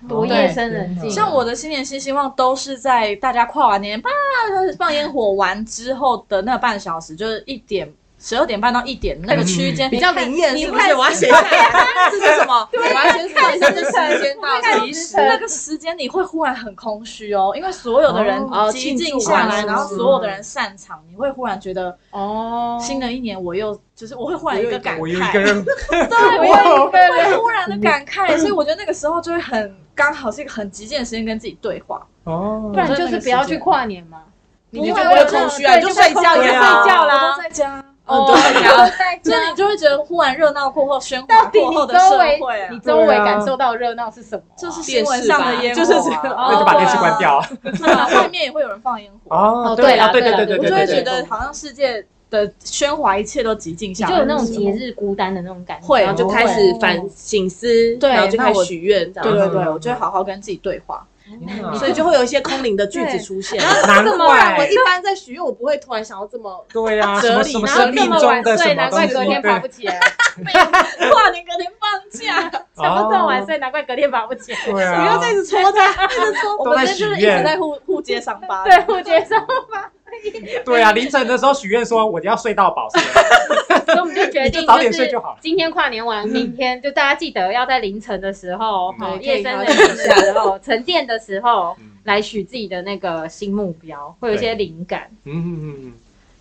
S2: 多夜深人静，
S3: 对
S5: 像我的新年新希望都是在大家跨完年，啪放烟火完之后的那半小时，就是一点十二点半到一点那个区
S4: 嗯
S5: 间，
S4: 比较灵验，
S5: 你
S4: 是不
S5: 看
S4: 是？我要 写下来。
S5: 这是 什么？我要先看一下这时间到
S2: 我看
S5: 其实
S2: 时辰
S5: 那个时间你会忽然很空虚哦，因为所有的人
S4: 哦
S5: 激进
S4: 庆祝
S5: 下
S4: 完
S5: 来，
S4: 是不
S5: 然后
S4: 是
S5: 所有的人散场，你会忽然觉得
S2: 哦，
S5: 新的一年我又就是我会忽然有一个感
S3: 我有一个
S5: 慨，
S3: 任务，
S5: 对，我
S2: 我
S5: 有
S2: 有一个
S5: 会忽然的 感慨，所以我觉得那个时候就会很刚好是一个很极限的时间跟自己对话。
S3: 哦
S2: 不然就是不要去跨年嘛，
S5: 你
S4: 就
S5: 就
S4: 不
S5: 不
S4: 会
S5: 会
S4: 有空
S5: 空
S4: 虚
S5: 虚
S4: 啊
S5: 啊，
S4: 你就睡觉
S5: 也
S4: 呀
S5: 睡觉
S2: 我
S5: 啦，
S2: 都
S5: 在家，
S2: 哦
S5: 哦，对啊，
S2: 在
S5: 所以你就会觉得忽然热闹过后，喧
S2: 到
S5: 哗
S2: 底
S5: 过
S2: 你
S5: 后的社
S2: 周围
S5: 会啊
S2: 你，周围感受到热闹是什么啊？
S5: 就是新闻上的烟火啊，
S4: 就是这个
S5: 哦
S3: 那就把电视关掉啊，
S5: 对啊外面也会有人放烟火，
S3: 哦啦，对对对
S5: 我
S3: 对，
S5: 就会觉得好像世界的喧哗，一切都极尽
S2: 你
S5: 下
S2: 就
S5: 来，
S2: 有那种节日孤单的那种感觉，
S5: 会
S4: 然后就开始反省思，
S5: 对
S4: 然后就开
S5: 那
S4: 始
S5: 我
S4: 许愿，这
S5: 对
S4: 样
S5: 对
S4: 子，
S3: 嗯
S5: 对，我就会好好跟自己对话，
S4: 所以就会有一些空灵的句子
S2: 对
S4: 出现。
S3: 难
S2: 这么
S4: 不然我
S3: 怪
S4: 一，般在许愿，我不会突然想到这么
S3: 对啊，什
S4: 哲
S3: 么
S4: 理
S3: 什么
S4: 然后
S3: 生命中的什么
S2: 难
S3: 东
S2: 怪
S3: 西，哦
S2: 隔天爬不
S3: 对，
S2: 起来。
S5: 跨年隔天放假，
S2: 想
S3: 哦
S2: 不这么晚睡，难怪隔天爬不起来。
S3: 对啊，
S4: 不要再一直戳他，一直戳
S5: 我
S3: 都在
S5: 们真的就是
S3: 许
S5: 一直
S3: 愿
S5: 在互互揭伤疤，
S2: 对，我觉得这样，
S3: 对啊，凌晨的时候许愿说我要睡到饱，
S2: 所以我们就决定
S3: 你就早点睡
S2: 是
S3: 就好了
S2: 今天跨年完，明天就大家记得要在凌晨的时候，
S3: 嗯
S2: 好
S4: 对
S2: 夜深人
S4: 可以
S2: 静的时 候，沉淀的时候
S3: 嗯
S2: 来许自己的那个新目标，会有一些灵感。
S3: 嗯嗯嗯，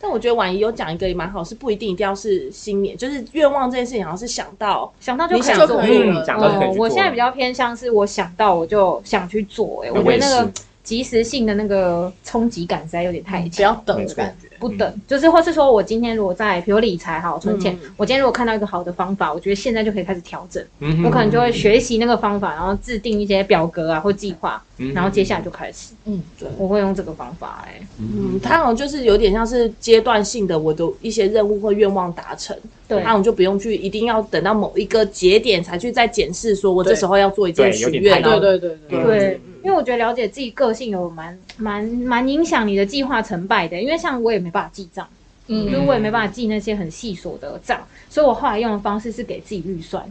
S2: 但
S4: 但我觉得婉仪有讲一个也蛮好，是不一定一定要是新年，就是愿望这件事情，好像是想到
S2: 想到就
S4: 你
S2: 可以
S4: 想
S2: 做
S4: 做
S2: 了。
S5: 可以了
S3: 嗯，讲到就可以去做了。
S5: 呃
S2: 我现在比较偏向是我想到我就想去做、欸，哎，我觉
S3: 我
S2: 得
S3: 也
S2: 那
S3: 是
S2: 个及时性的那个冲击感实在有点太
S5: 不
S2: 强。
S5: 要
S4: 嗯
S5: 等的感觉。
S2: 不等，就是或是说我今天如果在，比如理财好存钱，
S4: 嗯
S2: 我今天如果看到一个好的方法，我觉得现在就可以开始调整，
S3: 嗯哼，
S2: 我可能就会学习那个方法，然后制定一些表格啊或计划，
S3: 嗯哼，
S2: 然后接下来就开始，
S5: 嗯，
S4: 对。
S2: 我会用这个方法、欸，哎，
S4: 嗯，它好像就是有点像是阶段性的，我的一些任务或愿望达成，
S2: 对
S4: 那我就不用去一定要等到某一个节点才去再检视，说我这
S5: 对
S4: 时候要做一件
S3: 对有
S4: 许
S3: 点
S4: 愿
S3: 太
S4: 啊
S3: 多
S5: 对对对对，
S3: 嗯
S2: 对，因为我觉得了解自己个性有蛮蛮蛮影响你的计划成败的，因为像我也没办法记账，
S5: 嗯
S2: 就是我也没办法记那些很细琐的账，所以我后来用的方式是给自己预算，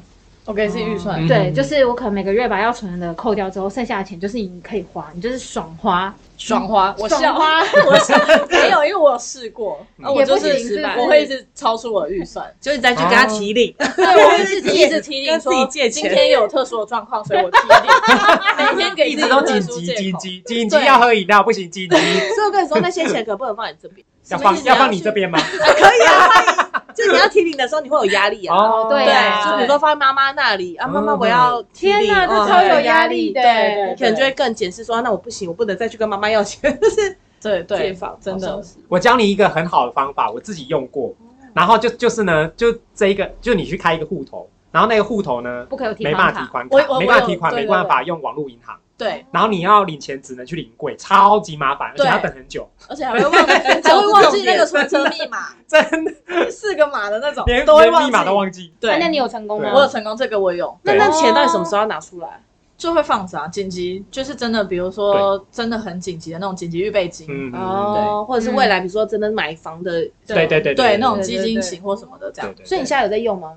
S5: 我给自己预算
S3: 嗯，
S2: 对，就是我可能每个月把要存的扣掉之后，剩下的钱就是你可以花，你就是爽花，
S5: 嗯爽花，我笑
S2: 爽， 花，
S5: 我笑，没有，因为我有试过，
S3: 嗯
S5: 啊我就
S2: 也
S5: 是
S2: 不行是不是
S5: 我会一直超出我的预算，
S4: 就是再去跟他提领，
S5: 对，我会自己一直提
S4: 跟自
S5: 醒
S4: 己
S5: 说，
S4: 借
S5: 今
S4: 钱
S5: 天有特殊的状况，所以我提 醒，每天给
S3: 一
S5: 自
S3: 直
S5: 己
S3: 都
S5: 特
S3: 紧
S5: 殊
S3: 急
S5: 借口
S3: 紧，急紧急
S5: 对
S3: 要喝饮料，不行紧急
S4: 所以我跟你说那些钱可不能放你这边，
S3: 要
S5: 什么意
S3: 放
S5: 思
S3: 要放
S5: 要
S3: 你
S5: 去
S3: 这边吗？
S4: 可以啊，就是你要提领的时候你会有压力啊，
S3: 哦
S2: 对啊
S4: 就比如说放在妈妈那里啊，妈妈
S3: 嗯
S4: 我要提领
S2: 天哪，
S4: 哦
S2: 这超有压力的，
S5: 对
S4: 你可能就会更检视说，那我不行，我不能再去跟妈妈要钱，就是
S5: 对
S4: 借
S5: 对，
S4: 房
S5: 真的
S4: 好像是
S3: 我教你一个很好的方法，我自己用过。然后就就是呢，就这一个，就你去开一个户头，然后那个户头呢
S2: 不可以有提
S3: 没
S2: 款
S3: 办法提
S2: 卡，啊
S3: 款
S5: 我我
S3: 卡，没办法
S5: 我
S3: 提
S5: 有
S3: 款，
S5: 对
S3: 没
S5: 对
S3: 办法用网络银行，
S5: 对，
S3: 然后你要领钱只能去临柜，超级麻烦，而且
S5: 对
S3: 要等很久，
S5: 而且还会 忘，还会忘记那个存折密码，
S3: 真的
S5: 四个码的那种，
S3: 连
S5: 都会
S3: 连
S5: 忘
S3: 密码都
S5: 记。
S3: 忘记。
S2: 啊
S5: 对，
S2: 那你有成功吗？
S3: 对
S5: 我有成功，这个我有，
S4: 那
S3: 对
S4: 那钱到底什么时候要拿出来？
S5: 就会放着啊。紧急就是真的，比如说真的很紧急的那种紧急预备金，
S3: 嗯，嗯
S4: 哦，或者是未来，比如说真的买房的，
S3: 对对对
S5: 对，那
S3: 对
S5: 种基金型或什么的这样
S3: 对。对
S4: 所以你现在有在用吗？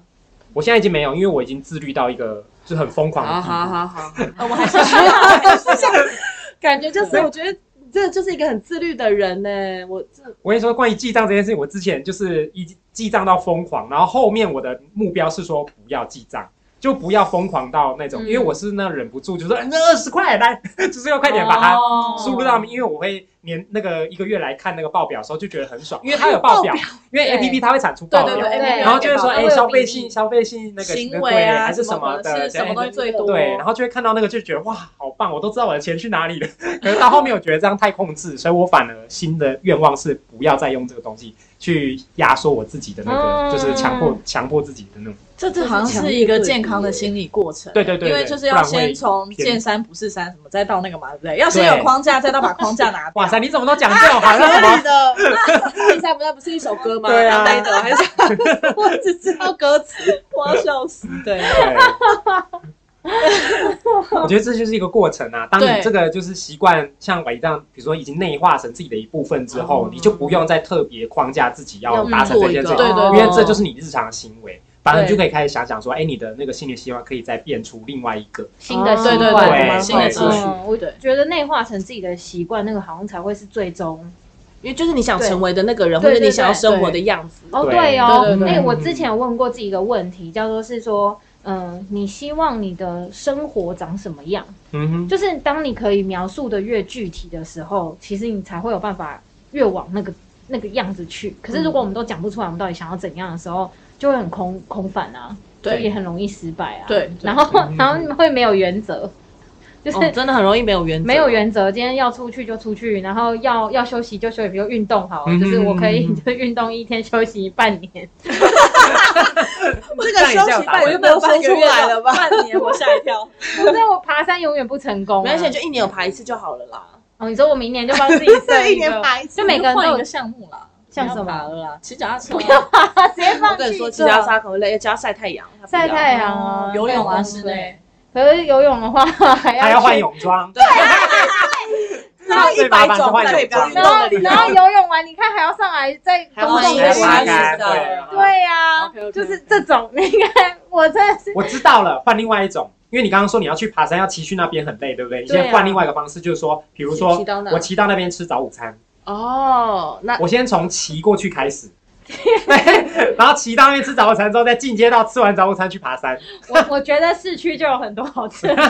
S3: 我现在已经没有，因为我已经自律到一个就是很疯狂的
S5: 啊
S3: 地步。
S4: 好好，
S5: 呃我还是需 要，还是需要
S4: 感觉就是
S5: 对
S4: 我觉得你真的就是一个很自律的人呢。我这
S3: 我跟你说，关于记账这件事情，我之前就是一记账到疯狂，然后后面我的目标是说不要记账，就不要疯狂到那种，
S2: 嗯
S3: 因为我是那忍不住，就是说哎那二十块来，就是要快点把它输入到，
S5: 哦
S3: 因为我会年那个一个月来看那个报表的时候就觉得很爽，因为它有报表，因为 A P P 它会产出报
S5: 对
S3: 表，
S5: 对
S2: 对
S3: 然后就会说
S2: 对
S3: 哎
S2: 对
S3: 消费
S2: 会有比
S3: 性
S2: 例
S3: 消费性那个
S5: 行
S3: 对
S5: 为啊
S3: 还是
S5: 什么
S3: 么的
S5: 是什么东西最多？
S3: 对，然后就会看到那个，就觉得哇，好棒！我都知道我的钱去哪里了。 可是到后面，我觉得这样太控制，所以我反而新的愿望是不要再用这个东西去压缩我自己的那个，
S2: 嗯
S3: 就是强迫强迫自己的那种。
S5: 这这好像是一个健康的心理过程，
S3: 对对对对
S5: 因为就是要先从见山不是山什么，再到那个嘛，对不对？要先有框架，再到把框架拿掉。
S3: 哇塞，你怎么都讲 这种好像什么？
S4: 的，第三不那不是一首歌吗？
S3: 对啊
S4: 当代的，还是 我只知道歌词，我要笑死。
S5: 对，
S3: 对，我觉得这就是一个过程啊。当你
S5: 对
S3: 这个就是习惯像我一样，比如说已经内化成自己的一部分之后，你就不用再特别框架自己要
S4: 要
S3: 达成这
S4: 做
S3: 件
S4: 一
S3: 事情。
S4: 个
S5: 对对
S3: 因为
S2: 哦
S3: 这就是你日常的行为，反正
S5: 对
S3: 就可以开始想想说，哎，你的那个新年希望可以再变出另外一个，
S2: 新的习
S5: 对对
S2: 惯，
S3: 哦对
S5: 新的
S3: 对
S5: 秩
S3: 对
S5: 序，
S2: 嗯，我
S5: 对
S2: 觉得内化成自己的习惯，那个好像才会是最终。
S4: 因为就是你想成为的那个人，或
S2: 对
S4: 者你想要生活的样子。
S2: 哦，
S3: 对嗯
S2: 对哦
S5: 对，对对
S2: 哎，我之前有问过自己一个问题，叫做是说，嗯，你希望你的生活长什么样？
S3: 嗯哼，
S2: 就是当你可以描述的越具体的时候，其实你才会有办法越往那个那个样子去。可是如果我们都讲不出来，我们到底想要怎样的时候，就会很空空泛啊，
S5: 对
S2: 就也很容易失败啊。
S5: 对
S2: 然后
S3: 嗯
S2: 然后会没有原则，就是。
S4: 哦真的很容易没有原则，
S2: 没有原则，今天要出去就出去，然后要要休息就休息，比如运动好了，
S3: 嗯
S2: 就是我可以
S3: 嗯嗯
S2: 就运动一天休息半 年，
S4: 这个休息半
S3: 我
S4: 年就没有说出来了吧？
S5: 半年我吓一跳，
S2: 否则我爬山永远不成功、啊。
S4: 没关系，就一年有爬一次就好了啦。
S2: 哦，你说我明年就帮自己设
S4: 对，
S2: 一个，
S4: 爬一次
S2: 就每个人都
S5: 换一
S2: 有
S5: 个项目啦，
S2: 像
S5: 不要
S2: 什么
S5: 爬了啦，骑脚踏车啊，
S2: 啊，直接放
S4: 我跟你说，
S2: 弃
S4: 骑脚沙可能累，要加晒太阳，他不要
S2: 晒太阳啊，
S5: 游泳啊，
S2: 对
S5: 室内。
S2: 可是游泳的 话还要
S3: 还要换
S2: 去
S3: 泳装，
S4: 然后一百种代表运
S2: 然
S4: 动的
S2: 后
S4: 理由
S2: 然，后游泳完，你看还要上来再
S4: 还要
S2: 公
S4: 换
S2: 众
S4: 衣
S2: 的
S4: 服
S2: 浴
S4: 啊
S3: 还要
S2: 室
S3: 洗
S4: 干
S3: 澡
S4: 对
S3: 啊
S2: 对呀、
S5: OK，OK，OK
S2: 就是这种，你看我真的是
S3: 我知道了，换另外一种。因为你刚刚说你要去爬山，要骑去那边很累，对不对？你
S2: 对啊
S3: 先换另外一个方式，就是说，比如
S4: 骑
S3: 说
S4: 到那
S3: 我骑到那边吃早午餐，
S4: 哦，那
S2: 啊
S3: 我先从骑过去开始， 对，然后骑到那边吃早午餐之后，再进阶到吃完早午餐去爬山。
S2: 我我觉得市区就有很多好吃的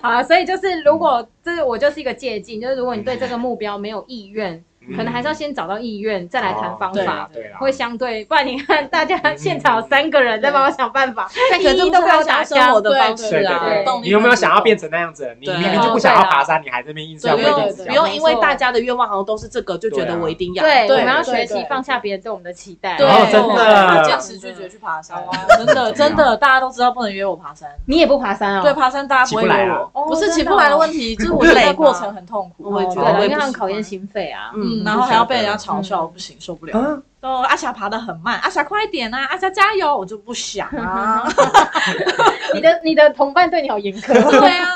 S2: 好啊，所以就是如果这是我就是一个借鉴，就是如果你对这个目标没有意愿，可能还是要先找到意愿，再来谈方
S3: 哦对
S2: 法
S3: 啦，对啦，啊
S2: 会相对。不然你看，大家现场有三个人在帮我想办法，
S4: 但可能这
S2: 第一
S4: 不是
S2: 都不
S4: 他
S2: 要
S4: 想
S2: 打
S4: 要生活
S2: 架。
S4: 的方式
S3: 对
S4: 啊。
S3: 对对
S5: 动力
S3: 你有没有想要
S5: 跟
S3: 变成那样子？你
S4: 对
S3: 明明就不想要
S2: 哦对啦
S3: 爬山，你还在那边硬是要
S4: 不
S3: 规
S5: 对
S3: 定
S5: 对
S3: 自己
S4: 用不
S3: 要
S4: 用因为大家的愿望好像都是这个，就觉得我一定要。
S2: 对，我
S5: 对
S2: 们要
S5: 对
S2: 学习
S5: 对
S2: 放下别人对我们的期待。
S5: 对，
S3: 哦真的
S5: 坚持拒绝去爬山啊，真的真的，大家都知道不能约我爬山。
S2: 你也不爬
S4: 哦
S2: 山啊？
S5: 对，爬山大家不会
S3: 起不来
S5: 约
S3: 啊
S5: 我，
S2: 哦
S5: 不是
S2: 真
S5: 起
S2: 的
S5: 不来的
S2: 哦
S5: 问题，就是我觉得
S4: 累
S5: 那过
S4: 吗
S5: 程很痛苦。
S4: 我也
S2: 哦
S4: 觉
S2: 对
S4: 得
S2: 啦
S4: 我也
S2: 因为
S4: 不
S2: 他
S4: 喜
S2: 们考验
S4: 欢
S2: 心肺啊。
S5: 嗯，
S4: 嗯，
S5: 然后还要被人家嘲笑，我不行，受不了。
S3: 啊，
S5: 哦，阿霞爬得很慢，阿霞快一点啊，阿霞加油，我就不想啊。
S2: 你的你的同伴对你好严苛。
S5: 对啊，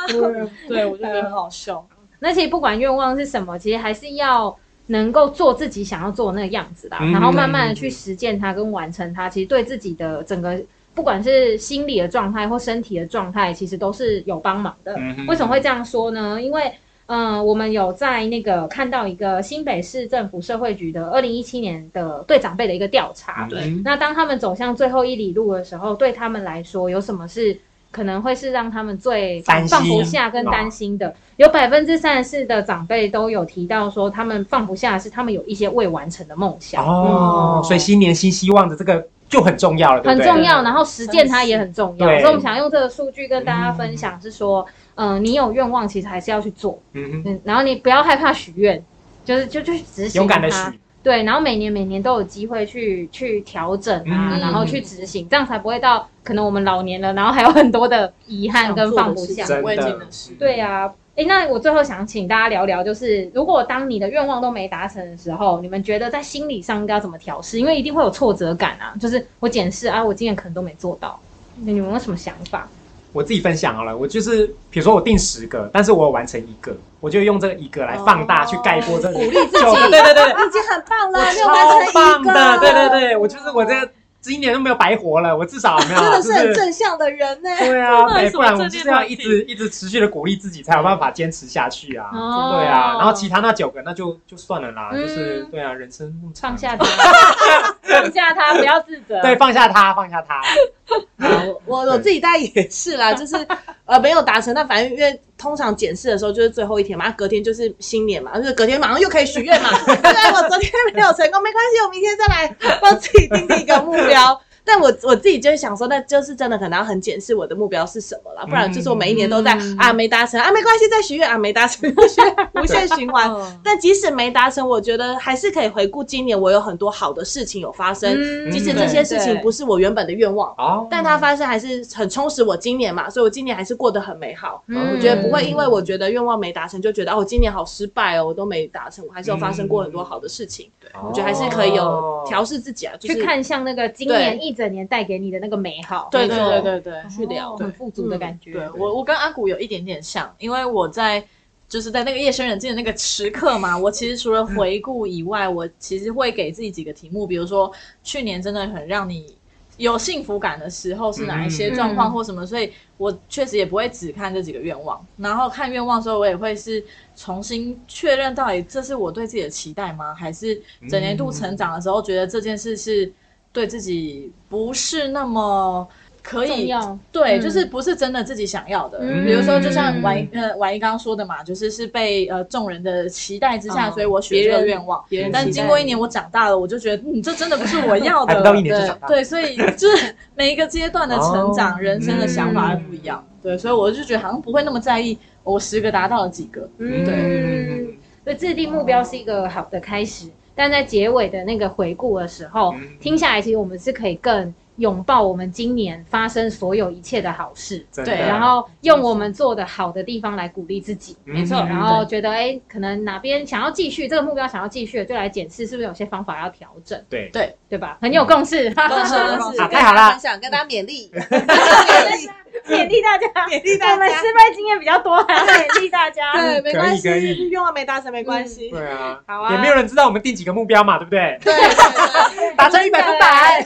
S5: 对，啊我就觉得很好笑。
S2: 那其实不管愿望是什么，其实还是要能够做自己想要做的那个样子啦，
S3: 嗯
S2: 然后慢慢的去实践它跟完成它，其实对自己的整个不管是心理的状态或身体的状态，其实都是有帮忙的。
S3: 嗯哼
S2: 为什么会这样说呢？因为嗯、呃我们有在那个看到一个新北市政府社会局的二零一七年的对长辈的一个调查，
S3: 嗯
S4: 对
S2: 那当他们走向最后一里路的时候，对他们来说有什么是可能会是让他们最
S3: 担心
S2: 放不下跟担心
S3: 嗯
S2: 的？有百分之三十四的长辈都有提到说，他们放不下的是他们有一些未完成的梦想，
S4: 嗯
S3: 哦，所以新年新希望的这个就很重要了，对
S2: 很
S3: 不对？
S2: 重要。然后实践它也很重要，
S3: 对
S2: 所以我们想用这个数据跟大家分享，是说，嗯、你有愿望，其实还是要去做，
S3: 嗯哼，
S2: 嗯，然后你不要害怕许愿，就是就去执行
S3: 勇敢的
S2: 它
S4: 嗯
S3: 许，
S2: 对，然后每年每年都有机会去去调整啊，
S3: 嗯
S2: 然后去执行，这样才不会到可能我们老年了，然后还有很多的遗憾跟放不下
S5: 想。做
S3: 真
S5: 未尽
S3: 的
S5: 的事，
S2: 对啊，哎，那我最后想请大家聊聊，就是如果当你的愿望都没达成的时候，你们觉得在心理上应该要怎么调试？因为一定会有挫折感啊，就是我检视啊，我今年可能都没做到，你们有没有什么想法？
S3: 我自己分享好了，我就是比如说我定十个，但是我有完成一个，我就用这个一个来放大、
S4: 哦
S3: 去概括这个
S4: 鼓励自己
S3: 九个，对 对对，
S4: 已经很棒了，没有完成
S3: 超
S4: 一
S3: 棒
S4: 个
S3: 的，对对对，我就是我这今年都没有白活了，我至少有没有
S4: 真的是很
S3: 就是
S4: 正向的人 呢。
S3: 对啊，
S5: 真的
S3: 哎
S5: 是
S3: 不然我
S5: 我
S3: 们
S5: 们
S3: 就是要一
S5: 这
S3: 直一直持续的鼓励自己，才有办法坚持下去啊。
S2: 哦
S3: 对啊，然后其他那九个那就就算了啦，
S2: 嗯
S3: 就是对啊，人生那么长
S2: 放下他，放下他，不要自责。
S3: 对，放下他，放下他，
S4: 啊，我我我自己大概也是 啦，就是呃没有达成，但反正因为通常检视的时候就是最后一天嘛，啊隔天就是新年嘛，啊就是隔天马上又可以许愿 嘛。虽然我昨天没有成功，没关系，我明天再来帮自己定定一个目标。但我我自己就是想说，那就是真的可能要很检视我的目标是什么了，不然就是我每一年都在、
S5: 嗯
S4: 啊没达成啊没关系再许愿啊没达成，许愿无限循环。但即使没达成，我觉得还是可以回顾今年我有很多好的事情有发生，
S2: 嗯
S4: 即使这些事情不是我原本的愿望，
S3: 哦，
S4: 但它发生还是很充实我今年嘛，所以我今年还是过得很美好。
S2: 嗯
S4: 我觉得不会因为我觉得愿望没达成就觉得哦，我今年好失败哦，我都没达成，我还是有发生过很多好的事情。
S3: 我
S4: 我觉得还是可以
S3: 哦
S4: 有调试自己啊，就是
S2: 去看向那个今年一整年带给你的那个美好，
S4: 对
S5: 对对对对
S4: 去聊
S2: 很富足的感觉。
S5: 对，我我跟阿古有一点点像，因为我在就是在那个夜深人静的那个时刻嘛，我其实除了回顾以外，我其实会给自己几个题目，比如说去年真的很让你。有幸福感的时候是哪一些状
S2: 嗯
S5: 况或什么？所以我确实也不会只看这几个愿望，然后看愿望的时候，我也会是重新确认到底这是我对自己的期待吗？还是整年度成长的时候，觉得这件事是对自己不是那么可
S2: 重
S5: 以
S2: 要。
S5: 对，
S2: 嗯
S5: 就是不是真的自己想要的。
S2: 嗯
S5: 比如说，就像婉
S3: 嗯
S5: 呃婉一刚刚说的嘛，就是是被呃众人的期待之
S3: 哦
S5: 下，
S4: 嗯
S5: 所以我许这
S4: 别
S5: 个
S4: 人
S5: 愿望。
S4: 别人期待
S5: 但经过一年，我长大了，我就觉得，嗯，这真的不是我要
S3: 还不到一
S5: 的。
S3: 年就长大，
S5: 对，所以就是每一个阶段的成长，
S3: 哦
S5: 人生的想法
S2: 嗯
S5: 不一样。对，所以我就觉得好像不会那么在意我十个达到了几个。
S2: 嗯，
S3: 对，
S2: 所以制定目标是一个好的开始，但在结尾的那个回顾的时候，
S3: 嗯
S2: 哦听下来其实我们是可以更拥抱我们今年发生所有一切的好事，
S3: 真的
S5: 对
S2: 然后用我们做的好的地方来鼓励自己。
S3: 嗯
S5: 没错
S2: 然后觉得哎，可能哪边想要继续这个目标，想要继续，就来检视是不是有些方法要调整，
S3: 对
S5: 对
S2: 对吧？很有共识，
S4: 跟
S5: 是
S4: 大
S3: 啊
S4: 家
S3: 太好了
S4: 分享，跟大家勉 励，勉励
S2: 勉励大家，
S4: 勉励大
S2: 我们
S4: 家。
S2: 失败经验比较多，还要勉励大 家。
S4: 对，没关系
S3: 可以可，
S4: 愿望没达成没关系。
S3: 对啊，
S2: 好啊
S3: 也没有人知道我们定几个目标嘛，对不对？
S4: 对，对对
S3: 达成一百分百，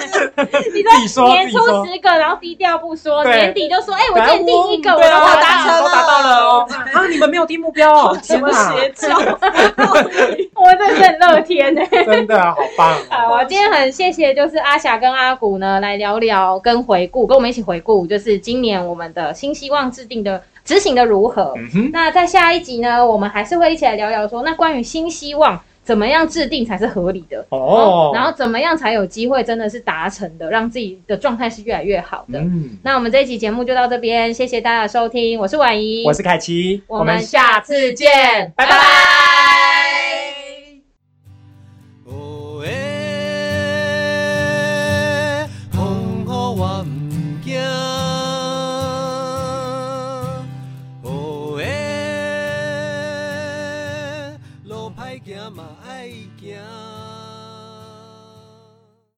S2: 你
S3: 自己说
S2: 年
S3: 自己说
S2: 初十个，然后低调不说，
S3: 对
S2: 年底就说，哎，我今天定一个，我
S3: 对啊
S2: 都
S4: 我
S2: 达
S4: 达
S2: 成
S4: 成
S3: 都达到了哦，啊，你们没有定目标哦，
S4: 什
S3: 天
S4: 么
S3: 哪，
S4: 邪教？
S2: 我真的是很乐天欸呢。
S3: 真的好棒哦，
S2: 好，啊我今天很谢谢，就是阿霞跟阿古呢来聊聊跟回顾，跟我们一起回顾，就是今年我们的新希望制定的执行的如何。
S3: 嗯哼，
S2: 那在下一集呢，我们还是会一起来聊聊说，那关于新希望怎么样制定才是合理的，
S3: 哦，
S2: 然后怎么样才有机会真的是达成的，让自己的状态是越来越好的。
S3: 嗯，
S2: 那我们这一期节目就到这边，谢谢大家的收听，我是婉怡，
S3: 我是凯奇，
S2: 我们下次见，
S3: 拜
S2: 拜拜
S1: 哦耶，风雨我毋惊。哦耶，路歹行嘛爱行。